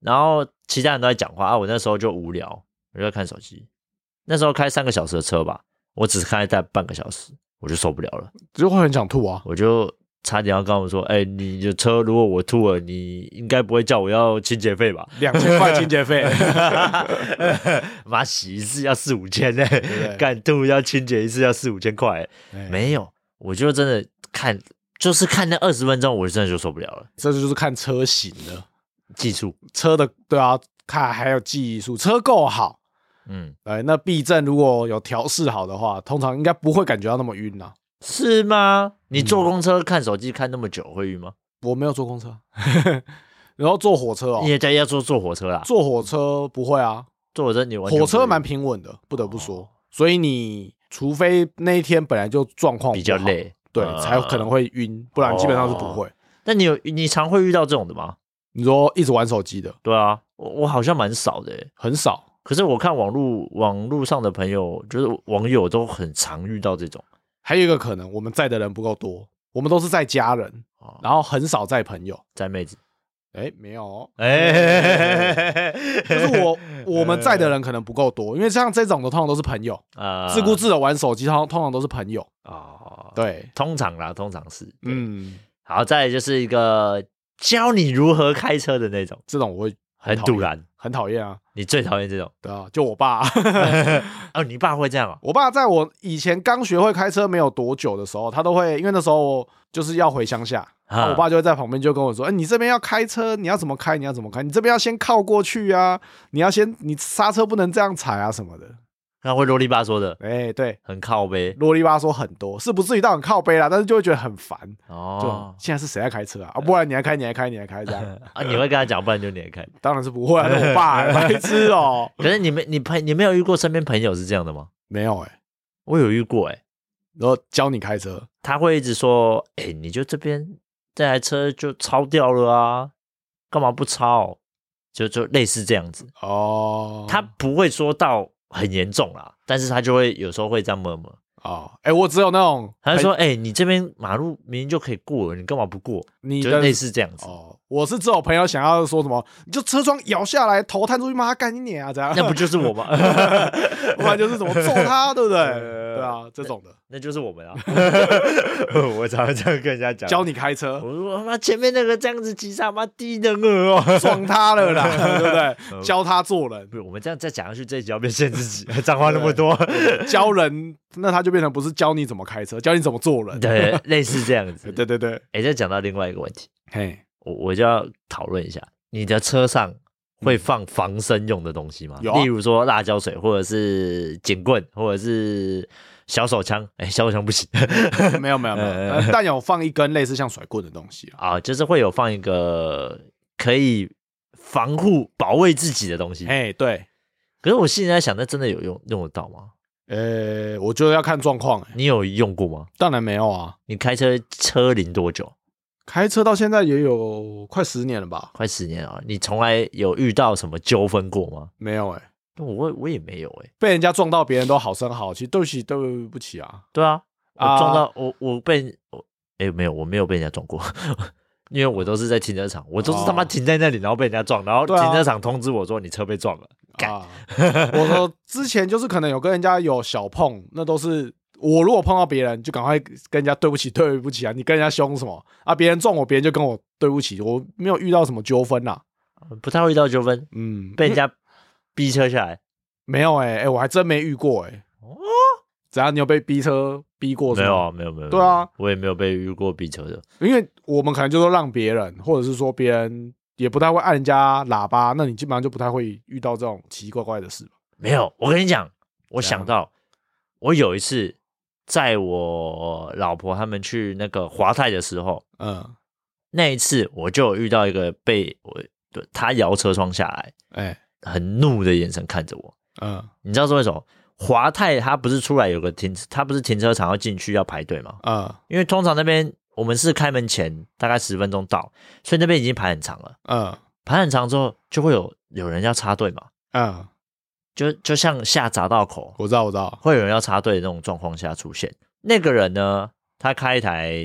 A: 然后其他人都在讲话啊，我那时候就无聊，我就在看手机。那时候开三个小时的车吧，我只开大概半个小时，我就受不了了，
B: 就会很想吐啊！
A: 我就差点要跟他们说，哎、你的车如果我吐了，你应该不会叫我要清洁费
B: *laughs*
A: 吧？
B: 两千块清洁 *laughs* 费，哎
A: 妈洗一次要四五千呢、
B: 不对
A: 干吐要清洁一次要四五千块欸、
B: 哎
A: 没有，我就真的看，就是看那二十分钟，我真的就受不了了。
B: 这就是看车型了，
A: 技术，
B: 车的对啊，看还有技术，车够好，
A: 嗯，
B: 哎，那避震如果有调试好的话，通常应该不会感觉到那么晕啊。
A: 是吗？你坐
B: 嗯
A: 公车看手机看那么久会晕吗？
B: 我没有坐公车， *laughs* 然后坐火车哦
A: 你，也在要坐坐火车啦，
B: 坐火车不会啊，
A: 坐火车你完全
B: 火车
A: 不会
B: 蛮
A: 晕
B: 平稳的，不得不说
A: 哦。
B: 所以你除非那一天本来就状况
A: 比
B: 不
A: 较
B: 好，
A: 累，哦
B: 对，
A: 呃
B: 才可能。会晕，不然基本上是不会。
A: 那你有你常会遇到这种的吗？
B: 你说一直玩手机的
A: 对啊，我我好像蛮少的欸，
B: 很少，
A: 可是我看网络网络上的朋友，就是网友都很常遇到这种。
B: 还有一个可能，我们在的人不够多，我们都是在家人，
A: 哦
B: 然后很少在朋友。
A: 在妹子，
B: 哎，没
A: *laughs*
B: 有哦，
A: 哎，*laughs*
B: 就
A: 就是
B: 我我们在的人可能不够多，因为像这种的通常都是朋友，
A: 啊
B: 自顾自的玩手机，通常通常都是朋友。
A: 哦，，
B: 对，
A: 通常啦，通常是，嗯，
B: 嗯，
A: 好，再来就是一个教你如何开车的那种，
B: 这种我会
A: 很
B: 讨厌
A: 突然，
B: 很讨厌啊。
A: 你最讨厌这种。
B: 对啊，就我爸，
A: *laughs*
B: *laughs*
A: 哦，你爸会这样哦，
B: 我爸在我以前刚学会开车没有多久的时候，他都会因为那时候就是要回乡下，
A: 啊
B: 啊我爸就会在旁边就跟我说：“哎、你这边要开车，你要怎么开？你要怎么开？你这边要先靠过去啊，你要先你刹车不能这样踩啊什么的。
A: 那会啰里吧嗦的”，
B: 哎、对，
A: 很靠背
B: 啰里吧嗦很多，是不至于到很靠背啦，但是就会觉得很烦。
A: *laughs*
B: 就、
A: 哦。
B: 现在是谁在开车啊？啊，不然你来开，你来开，你来开这
A: *laughs*
B: 样，
A: 啊，你会跟他讲，不然就你开。
B: 当然是不会、啊，那我爸、
A: *laughs*
B: 白痴哦、
A: 可是你没你朋你没有遇过身边朋友是这样的吗？
B: 没有哎、
A: 我有遇过哎、
B: 然后教你开车，
A: 他会一直说，哎、你就这边这台车就超掉了啊，干嘛不超？就就类似这样子，
B: 哦，
A: 他不会说到很严重啦，但是他就会有时候会这样摸摸，
B: 哦，哎、我只有那种，
A: 他就说，哎、你这边马路明明就可以过了，你干嘛不过？
B: 你
A: 就
B: 的
A: 类似这样子，
B: 哦，我是只有朋友想要说什么，你就车窗摇下来，头探出去，骂他干你娘啊，这样，
A: 那不就是我吗？
B: *laughs* 不然就是怎么揍他，对不对？
A: 呃
B: 对啊，这种的，
A: *laughs* 那就是我们
B: *laughs*
A: 啊！我常常这样跟人家讲
B: 教你开车，
A: 我说他妈前面那个这样子急刹，妈低能儿
B: *laughs*
A: 哦！
B: 撞他了啦，对不
A: 呃
B: 对？教他做人
A: 不，是我们这样再讲下去，这一集要变限制级，脏话那么多，
B: 教人，那他就变成不是教你怎么开车，教你怎么做人。
A: *laughs* 对，类似这样子。
B: *laughs* 对对对，
A: 哎，再讲到另外一个问题，
B: 嘿，
A: 我我就要讨论一下，你的车上会放防身用的东西吗？
B: 嗯有啊
A: 例如说辣椒水，或者是警棍，或者是小手枪。哎，小手枪不行
B: 没有没 *laughs* 有没有，
A: 呃
B: 呃但有放一根类似像甩棍的东西啊。
A: *laughs* 啊，就是会有放一个可以防护、保卫自己的东西。
B: 哎，对，
A: 可是我心里在想，那真的有用用得到吗？
B: 呃，我觉得要看状况，哎
A: 你有用过吗？
B: 当然没有啊。
A: 你开车车龄多久？
B: 开车到现在也有快十年了吧？
A: 快十年了，啊你从来有遇到什么纠纷过吗？
B: 没有哎、
A: 我我也没有哎、
B: 被人家撞到，别人都好声好气，对不起，对不起啊。
A: 对啊，我
B: 啊
A: 撞到、我我被我哎、没有我没有被人家撞过， *laughs* 因为我都是在停车场，我都是他妈
B: 哦
A: 停在那里，然后被人家撞，然后
B: 对啊
A: 停车场通知我说你车被撞了。干
B: 啊！ *laughs* 我说之前就是可能有跟人家有小碰，那都是 *laughs* 我如果碰到别人，就赶快跟人家对不起，对不起啊！你跟人家凶什么啊？别人撞我，别人就跟我对不起，我没有遇到什么纠纷啦。
A: 不太会遇到纠纷，
B: 嗯，
A: 被人家逼车下来。
B: 没有哎、欸、哎、我还真没遇过哎、
A: 哦
B: 怎样？你有被逼车逼过是
A: 没
B: 吗
A: 有啊，没有没有，
B: 对啊，
A: 我也没有被遇过逼车的。
B: 因为我们可能就说让别人，或者是说别人也不太会按人家喇叭，那你基本上就不太会遇到这种奇奇怪怪的事吧。
A: 没有，我跟你讲，我
B: 怎样
A: 想到我有一次在我老婆他们去那个华泰的时候，
B: 嗯，
A: 那一次我就有遇到一个被我对他摇车窗下来，
B: 哎、
A: 很怒的眼神看着我。
B: 嗯
A: 你知道是为什么？华泰它不是出来有个停，它不是停车场要进去要排队吗？
B: 嗯
A: 因为通常那边我们是开门前大概十分钟到，所以那边已经排很长了。
B: 嗯
A: 排很长之后，就会有有人要插队嘛，
B: 嗯，
A: 就就像下匝道口，
B: 我知道，我知道。
A: 会有人要插队的那种状况下出现。那个人呢，他开一台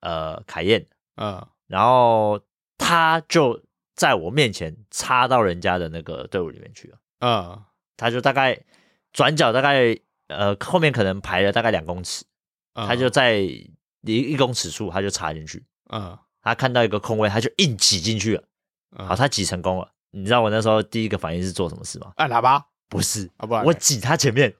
A: 呃凯宴，
B: 嗯
A: 然后他就在我面前插到人家的那个队伍里面去了。
B: 嗯
A: 他就大概转角大概呃后面可能排了大概两公尺，
B: 嗯，
A: 他就在离一公尺处他就插进去。
B: 嗯
A: 他看到一个空位，他就硬挤进去了。
B: 嗯
A: 好，他挤成功了。你知道我那时候第一个反应是做什么事吗？
B: 哎按喇叭
A: 不是，
B: 啊，不然
A: 我
B: 嘞
A: 挤他前面，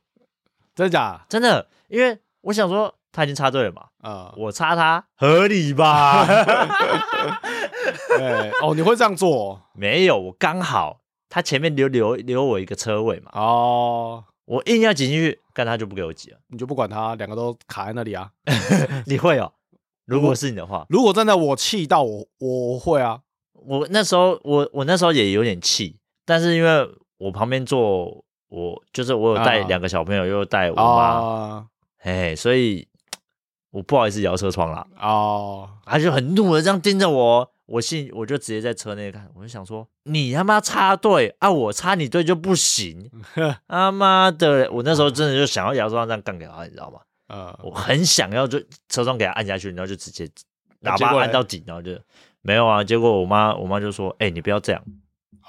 B: 真的假
A: 真的，因为我想说他已经插队了嘛。
B: 的？嗯，
A: 我插他合理吧？ *laughs*
B: 对，哦，你会这样做哦
A: 没有，我刚好他前面留留留我一个车位嘛，
B: 哦，
A: 我硬要挤进去，但他就不给我挤了。
B: 你就不管他，两个都卡在那里啊。
A: 你会哦？如果是你的话，
B: 如果真的我气到我，我会啊，
A: 我那时候我我那时候也有点气，但是因为我旁边坐我就是我有带
B: 啊
A: 两个小朋友，又带我妈，
B: 啊
A: 哎、所以我不好意思摇车窗啦。
B: 哦，
A: 他就很怒的这样盯着我，我信我就直接在车内看，我就想说你他妈插队啊，我插你队就不
B: *laughs*
A: 行，他妈的！我那时候真的就想要牙刷这样干给他，你知道吗？
B: 呃，
A: 我很想要就车窗给他按下去，然后就直接喇
B: 啊结果
A: 叭
B: 嘞
A: 按到底，然后就没有啊。结果我妈我妈就说：“哎、你不要这样。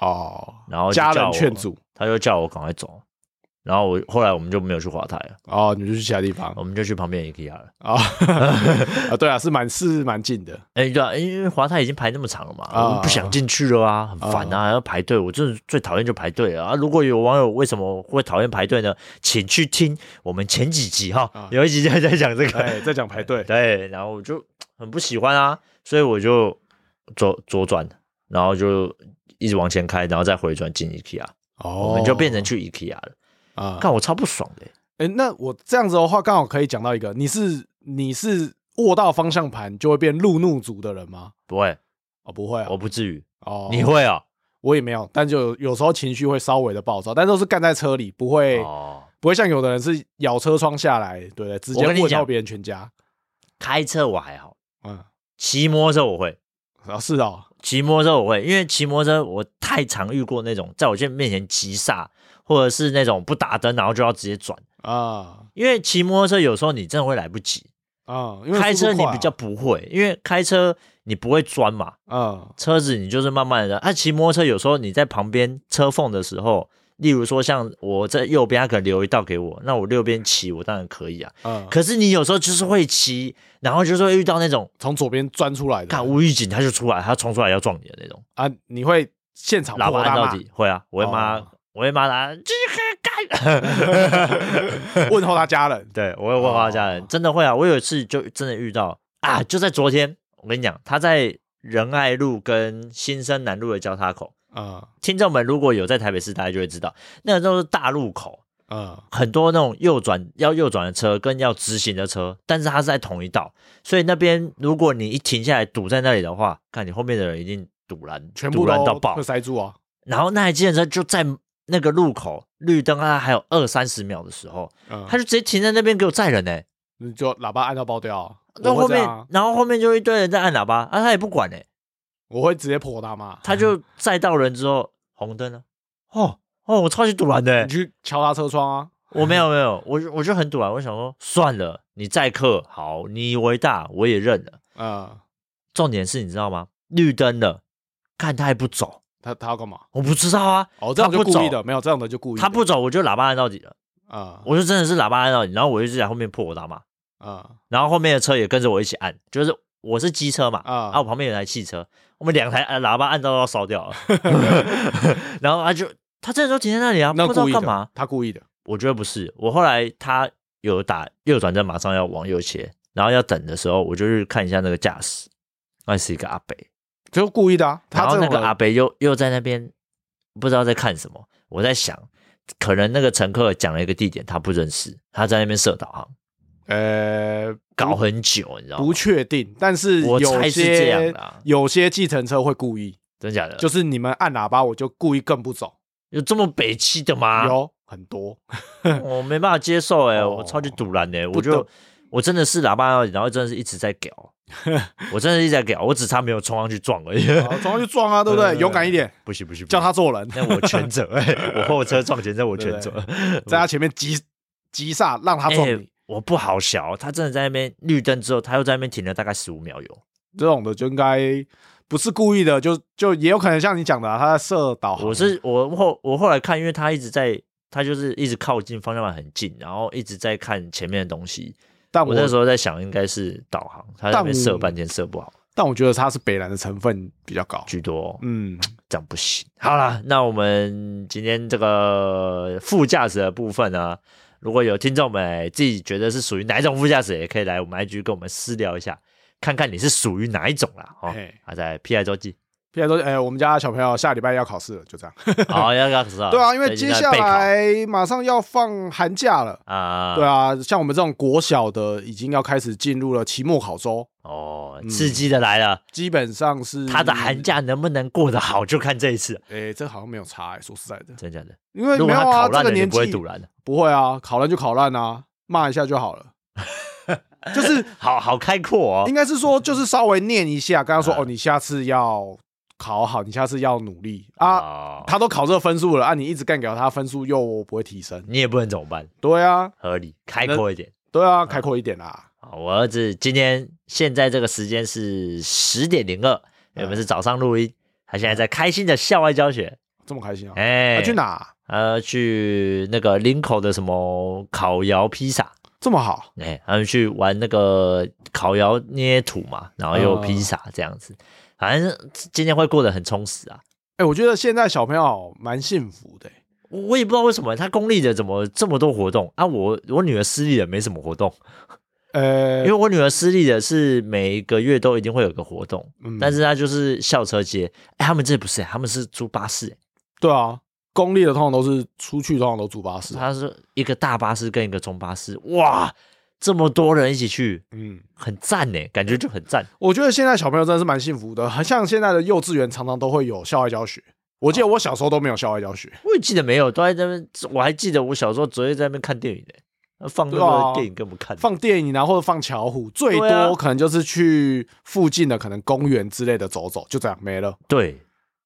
B: 哦”，
A: 然后就
B: 家
A: 叫
B: 人
A: 我
B: 劝，阻，
A: 她就叫我赶快走。然后我后来我们就没有去华泰了，
B: 哦，你们就去其他地方
A: 我们就去旁边的 IKEA 了。
B: 啊、 *laughs* 啊，对啊，是蛮是蛮近的，
A: 哎、对啊，因为华泰已经排那么长了嘛，
B: 啊
A: 我们不想进去了啊，很烦啊，还要排队。我真的最讨厌就排队了啊！如果有网友为什么会讨厌排队呢？请去听我们前几集哈，
B: 啊
A: 有一集在在讲这
B: *laughs*
A: 个，
B: 哎，在讲排队，
A: 对，然后我就很不喜欢啊，所以我就左左转，然后就一直往前开，然后再回转进 IKEA，、
B: 哦，
A: 我们就变成去 IKEA 了。
B: 啊，
A: 看我超不爽的欸、
B: 哎、那我这样子的话，刚好可以讲到一个，你是你是握到方向盘就会变路怒族的人吗？
A: 不会，
B: 哦，不会、啊，
A: 我不至于。
B: 哦，
A: 你会啊、
B: 我也没有，但就有有时候情绪会稍微的暴躁，但都是干在车里，不会、
A: 哦，
B: 不会像有的人是咬车窗下来，对不对？直接
A: 我跟你
B: 问到
A: 讲
B: 别人全家，
A: 开车我还好，
B: 嗯，
A: 骑摩托车我会。
B: 啊是哦，
A: 骑摩托车我会，因为骑摩托车我太常遇过那种在我前面前急刹，或者是那种不打灯然后就要直接转。
B: 啊
A: 因为骑摩托车有时候你真的会来不及，
B: 啊，因为
A: 开
B: 速度
A: 车你
B: 快啊
A: 比较，不会，因为开车你不会钻嘛，
B: 嗯
A: 车子你就是慢慢的。啊，骑摩托车有时候你在旁边车缝的时候，例如说像我在右边，他可能留一道给我，那我右边骑我当然可以啊。
B: 嗯，
A: 可是你有时候就是会骑，然后就是会遇到那种
B: 从左边钻出来的
A: 看无预警他就出来，他冲出来要撞你的那种。
B: 啊，你会现场
A: 喇
B: 破
A: 叭
B: 大
A: 按到
B: 骂，
A: 底，会啊，我会骂，
B: 哦
A: 我会骂他，就
B: *laughs*
A: 是很干。
B: 问候他家人，
A: 对，我会问他家人，
B: 哦
A: 真的会啊。我有一次就真的遇到啊，就在昨天，我跟你讲，他在仁爱路跟新生南路的交叉口。
B: 嗯
A: 听众们如果有在台北市，大家就会知道，那个都是大路口，
B: 嗯
A: 很多那种右转要右转的车跟要直行的车，但是它是在同一道，所以那边如果你一停下来堵在那里的话，看你后面的人一定堵拦，
B: 全
A: 堵
B: 部
A: 拦
B: 都
A: 到爆
B: 会，塞住啊，
A: 然后那台计程车就在那个路口绿灯啊，还有二三十秒的时候，
B: 嗯，
A: *laughs* 他就直接停在那边给我载人呢、
B: 你就喇叭按到爆掉啊。
A: 那
B: 我
A: 后
B: 会这
A: 面
B: 样啊，
A: 然后后面就一堆人在按喇叭，啊，他也不管呢、
B: 我会直接破大骂，
A: 他就载到人之后红灯了、哦哦，我超级堵然的、
B: *laughs* 你去敲他车窗啊，
A: 我没有没有，我就我就很堵然，我想说算了，你载客好，你以为大我也认了。
B: 嗯，
A: 重点是你知道吗？绿灯了，看他还不走，
B: 他他要干嘛？
A: 我不知道啊，
B: 哦，这样就
A: 他不
B: 故意
A: 走
B: 的，没有这样的就故意的，
A: 他不走我就喇叭按到底了，
B: 啊
A: 我就真的是喇叭按到底，然后我就一直在后面破口大骂。
B: 啊
A: 然后后面的车也跟着我一起按，就是我是机车嘛，
B: 啊
A: 啊，我旁边有台汽车，我们两台按喇叭按到都要烧掉
B: *laughs*
A: 了，然后他啊就他这时候停在那里啊，
B: 那
A: 不知道
B: 故意的
A: 干嘛。？
B: 他故意的
A: 我觉得不是，我后来他有打右转灯，马上要往右切，然后要等的时候，我就去看一下那个驾驶，那是一个阿北，
B: 就是故意的啊，
A: 然
B: 他
A: 后
B: 这
A: 那
B: 种
A: 个
B: 人
A: 阿北又又在那边不知道在看什么，我在想，可能那个乘客讲了一个地点他不认识，他在那边设导航，
B: 呃
A: 搞很久，你知道吗
B: 不？确定，但是
A: 我
B: 有
A: 猜是这样
B: 些
A: 的啊呃
B: 有些计程车会故意，
A: 真假的？
B: 就是你们按喇叭，我就故意更不走，
A: 有这么北气的吗？
B: 有很多
A: *laughs* 我没办法接受哎、
B: 哦
A: 我超级堵然的、
B: 不
A: 我就
B: 懂
A: 我真的是喇叭，然后真的是一直在
B: *laughs*
A: 屌，我真的一直在屌，我只差没有冲上去撞而已。
B: 啊撞上去撞 *laughs* 啊，对不对？勇敢一点，
A: *laughs* 不行不行，不行
B: 叫他，做人，
A: 那我全
B: *laughs*
A: 责、欸，我后车撞前车我全责。
B: 在他前面急急刹，让他撞
A: 欸
B: 你，
A: 我不好笑，他真的在那边绿灯之后，他又在那边停了大概十五秒有。
B: 这种的就应该不是故意的，就就也有可能像你讲的啊，他在设导航，
A: 我是我后我后来看，因为他一直在，他就是一直靠近方向盘很近，然后一直在看前面的东西。
B: 但
A: 我
B: 我
A: 那时候在想，应该是导航，他在那边
B: 但
A: 设
B: 我
A: 半天设不好，
B: 但我觉得它是北兰的成分比较高。
A: 居多、哦。
B: 嗯，
A: 这样不行。好啦，那我们今天这个副驾驶的部分呢，如果有听众们自己觉得是属于哪一种副驾驶，也可以来我们 IG 跟我们私聊一下，看看你是属于哪一种啦。哦
B: 嘿，
A: 啊，在 P I 周
B: *laughs*
A: 记，
B: 譬如说，哎、我们家小朋友下礼拜要考试了，就这样。
A: 好，哦要要知道。
B: 对啊，因为接
A: 最近在
B: 下
A: 备考
B: 来马上要放寒假了。
A: 啊，
B: 对，啊，像我们这种国小的已经要开始进入了期末考周，
A: 哦，刺激的来了，
B: 基本上是
A: 他的寒。假能不能过得好，就看这一次，
B: 哎、这好像没有差、哎，说实在的，
A: 真假的。
B: 因为
A: 如
B: 没
A: 果他
B: 有
A: 考
B: 啊，
A: 烂
B: 这
A: 了，
B: 个
A: 你
B: 年
A: 不会
B: 纪
A: 堵烂的。 *laughs*
B: 不会啊，考烂就考烂啊，骂一下就好了。就是
A: 好好开阔哦
B: 应。该是说，就是稍微念一下，跟他说
A: 嗯
B: 哦，你下次要考好，你下次要努力啊。
A: 哦
B: 他都考这个分数了啊，你一直干掉他，分数又不会提升。
A: 你也不能怎么办，
B: 对啊，
A: 合理开阔一点。
B: 对啊，
A: 嗯
B: 开阔一点啦。
A: 啊，我儿子今天现在这个时间是十点零二，
B: 嗯
A: 我们是早上录音，他现在在开心的校外教学，
B: 这么开心啊？
A: 哎、
B: 啊去？哪？
A: 呃，去那个林口的什么烤窑披萨，
B: 这么好？
A: 哎、他们去玩那个烤窑捏土嘛，然后又有
B: 嗯
A: 披萨这样子，反正今天会过得很充实啊。
B: 哎，我觉得现在小朋友蛮幸福的欸。
A: 我我也不知道为什么他公立的怎么这么多活动啊我，我女儿私立的没什么活动，因为
B: 呃，
A: 我女儿私立的是每一个月都一定会有个活动，
B: 嗯
A: 但是他就是校车接，哎，他们这不是、他们是租巴士、欸
B: 对啊，公立的通常都是出去，通常都住巴士啊。
A: 他是一个大巴士跟一个中巴士，哇，这么多人一起去，
B: 嗯，
A: 很赞呢，感觉就很赞。
B: 我觉得现在小朋友真的是蛮幸福的，很像现在的幼稚园常常都会有校外教学。我
A: 哦
B: 记得我小时候都没有校外教学。
A: *laughs* 我也记得没有，都在那边，我还记得我小时候昨天在那边看电影呢，放那
B: 对啊
A: 个电影给我们看，
B: 放电影啊，或者放巧虎，最
A: 对啊
B: 多可能就是去附近的可能公园之类的走走，就这样没了。
A: 对。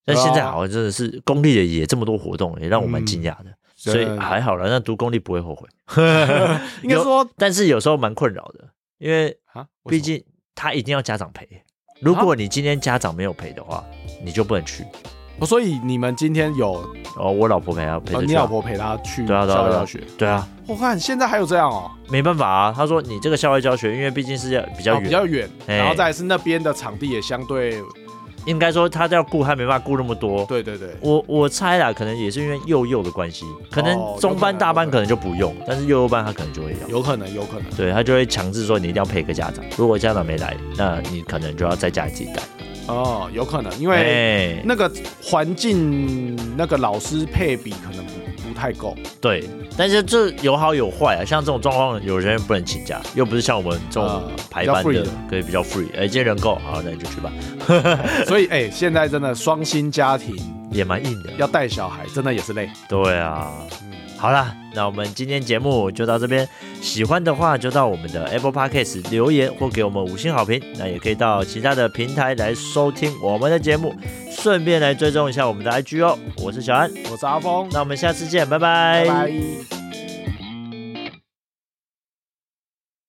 A: 但
B: 对啊
A: 现在好像真的是公立的也这么多活动，也让我蛮惊嗯讶的，所以
B: 对
A: 还好了。那读公立不会后悔，
B: 应该
A: 有
B: 说
A: 但是有时候蛮困扰的，因为
B: 啊，为
A: 毕
B: 什么啊
A: 竟他一定要家长陪。如果你今天家长没有陪的话，你就不能去。
B: 哦所以你们今天有、
A: 哦，我老婆陪啊，陪
B: 呃
A: 着
B: 你
A: 去、
B: 老婆陪她去
A: 对啊，对啊，
B: 校外
A: 对
B: 教
A: 啊
B: 学，，
A: 对啊，
B: 我看现在还有这样哦，
A: 没办法啊。他说你这个校外教学，因为毕竟是要比较
B: 哦
A: 远，
B: 比较远，
A: 哎
B: 然后再来是那边的场地也相对，
A: 应该说他要顾，他没办法顾那么多。
B: 对对对，
A: 我我猜啦，可能也是因为幼幼的关系，可能
B: 哦
A: 中班、
B: 有可能
A: 大班
B: 有
A: 可
B: 可
A: 能就不用，但是幼幼班他可能就会要，
B: 有可能有可能，
A: 对他就会强制说你一定要陪个家长，如果家长没来，那你可能就要在家里自己带。
B: 哦，有可能，因为
A: 哎，
B: 那个环境那个老师配比可能不不太够，
A: 对，但是这有好有坏啊。像这种状况，有些人不能请假，又不是像我们这种
B: 啊
A: 排班
B: 比
A: 的，
B: 较 free 的
A: 可以比较 free。哎、今天人够，好，那你就去吧，
B: 所以哎、现在真的双薪家庭
A: 也蛮硬的。
B: 要带小孩，真的也是累。
A: 对啊，
B: 嗯
A: 好啦，那我们今天节目就到这边。喜欢的话，就到我们的 Apple Podcast 留言或给我们五星好评。那也可以到其他的平台来收听我们的节目，顺便来追踪一下我们的 IG 哦。我是小安，
B: 我是阿峰，
A: 那我们下次见，拜
B: 拜拜。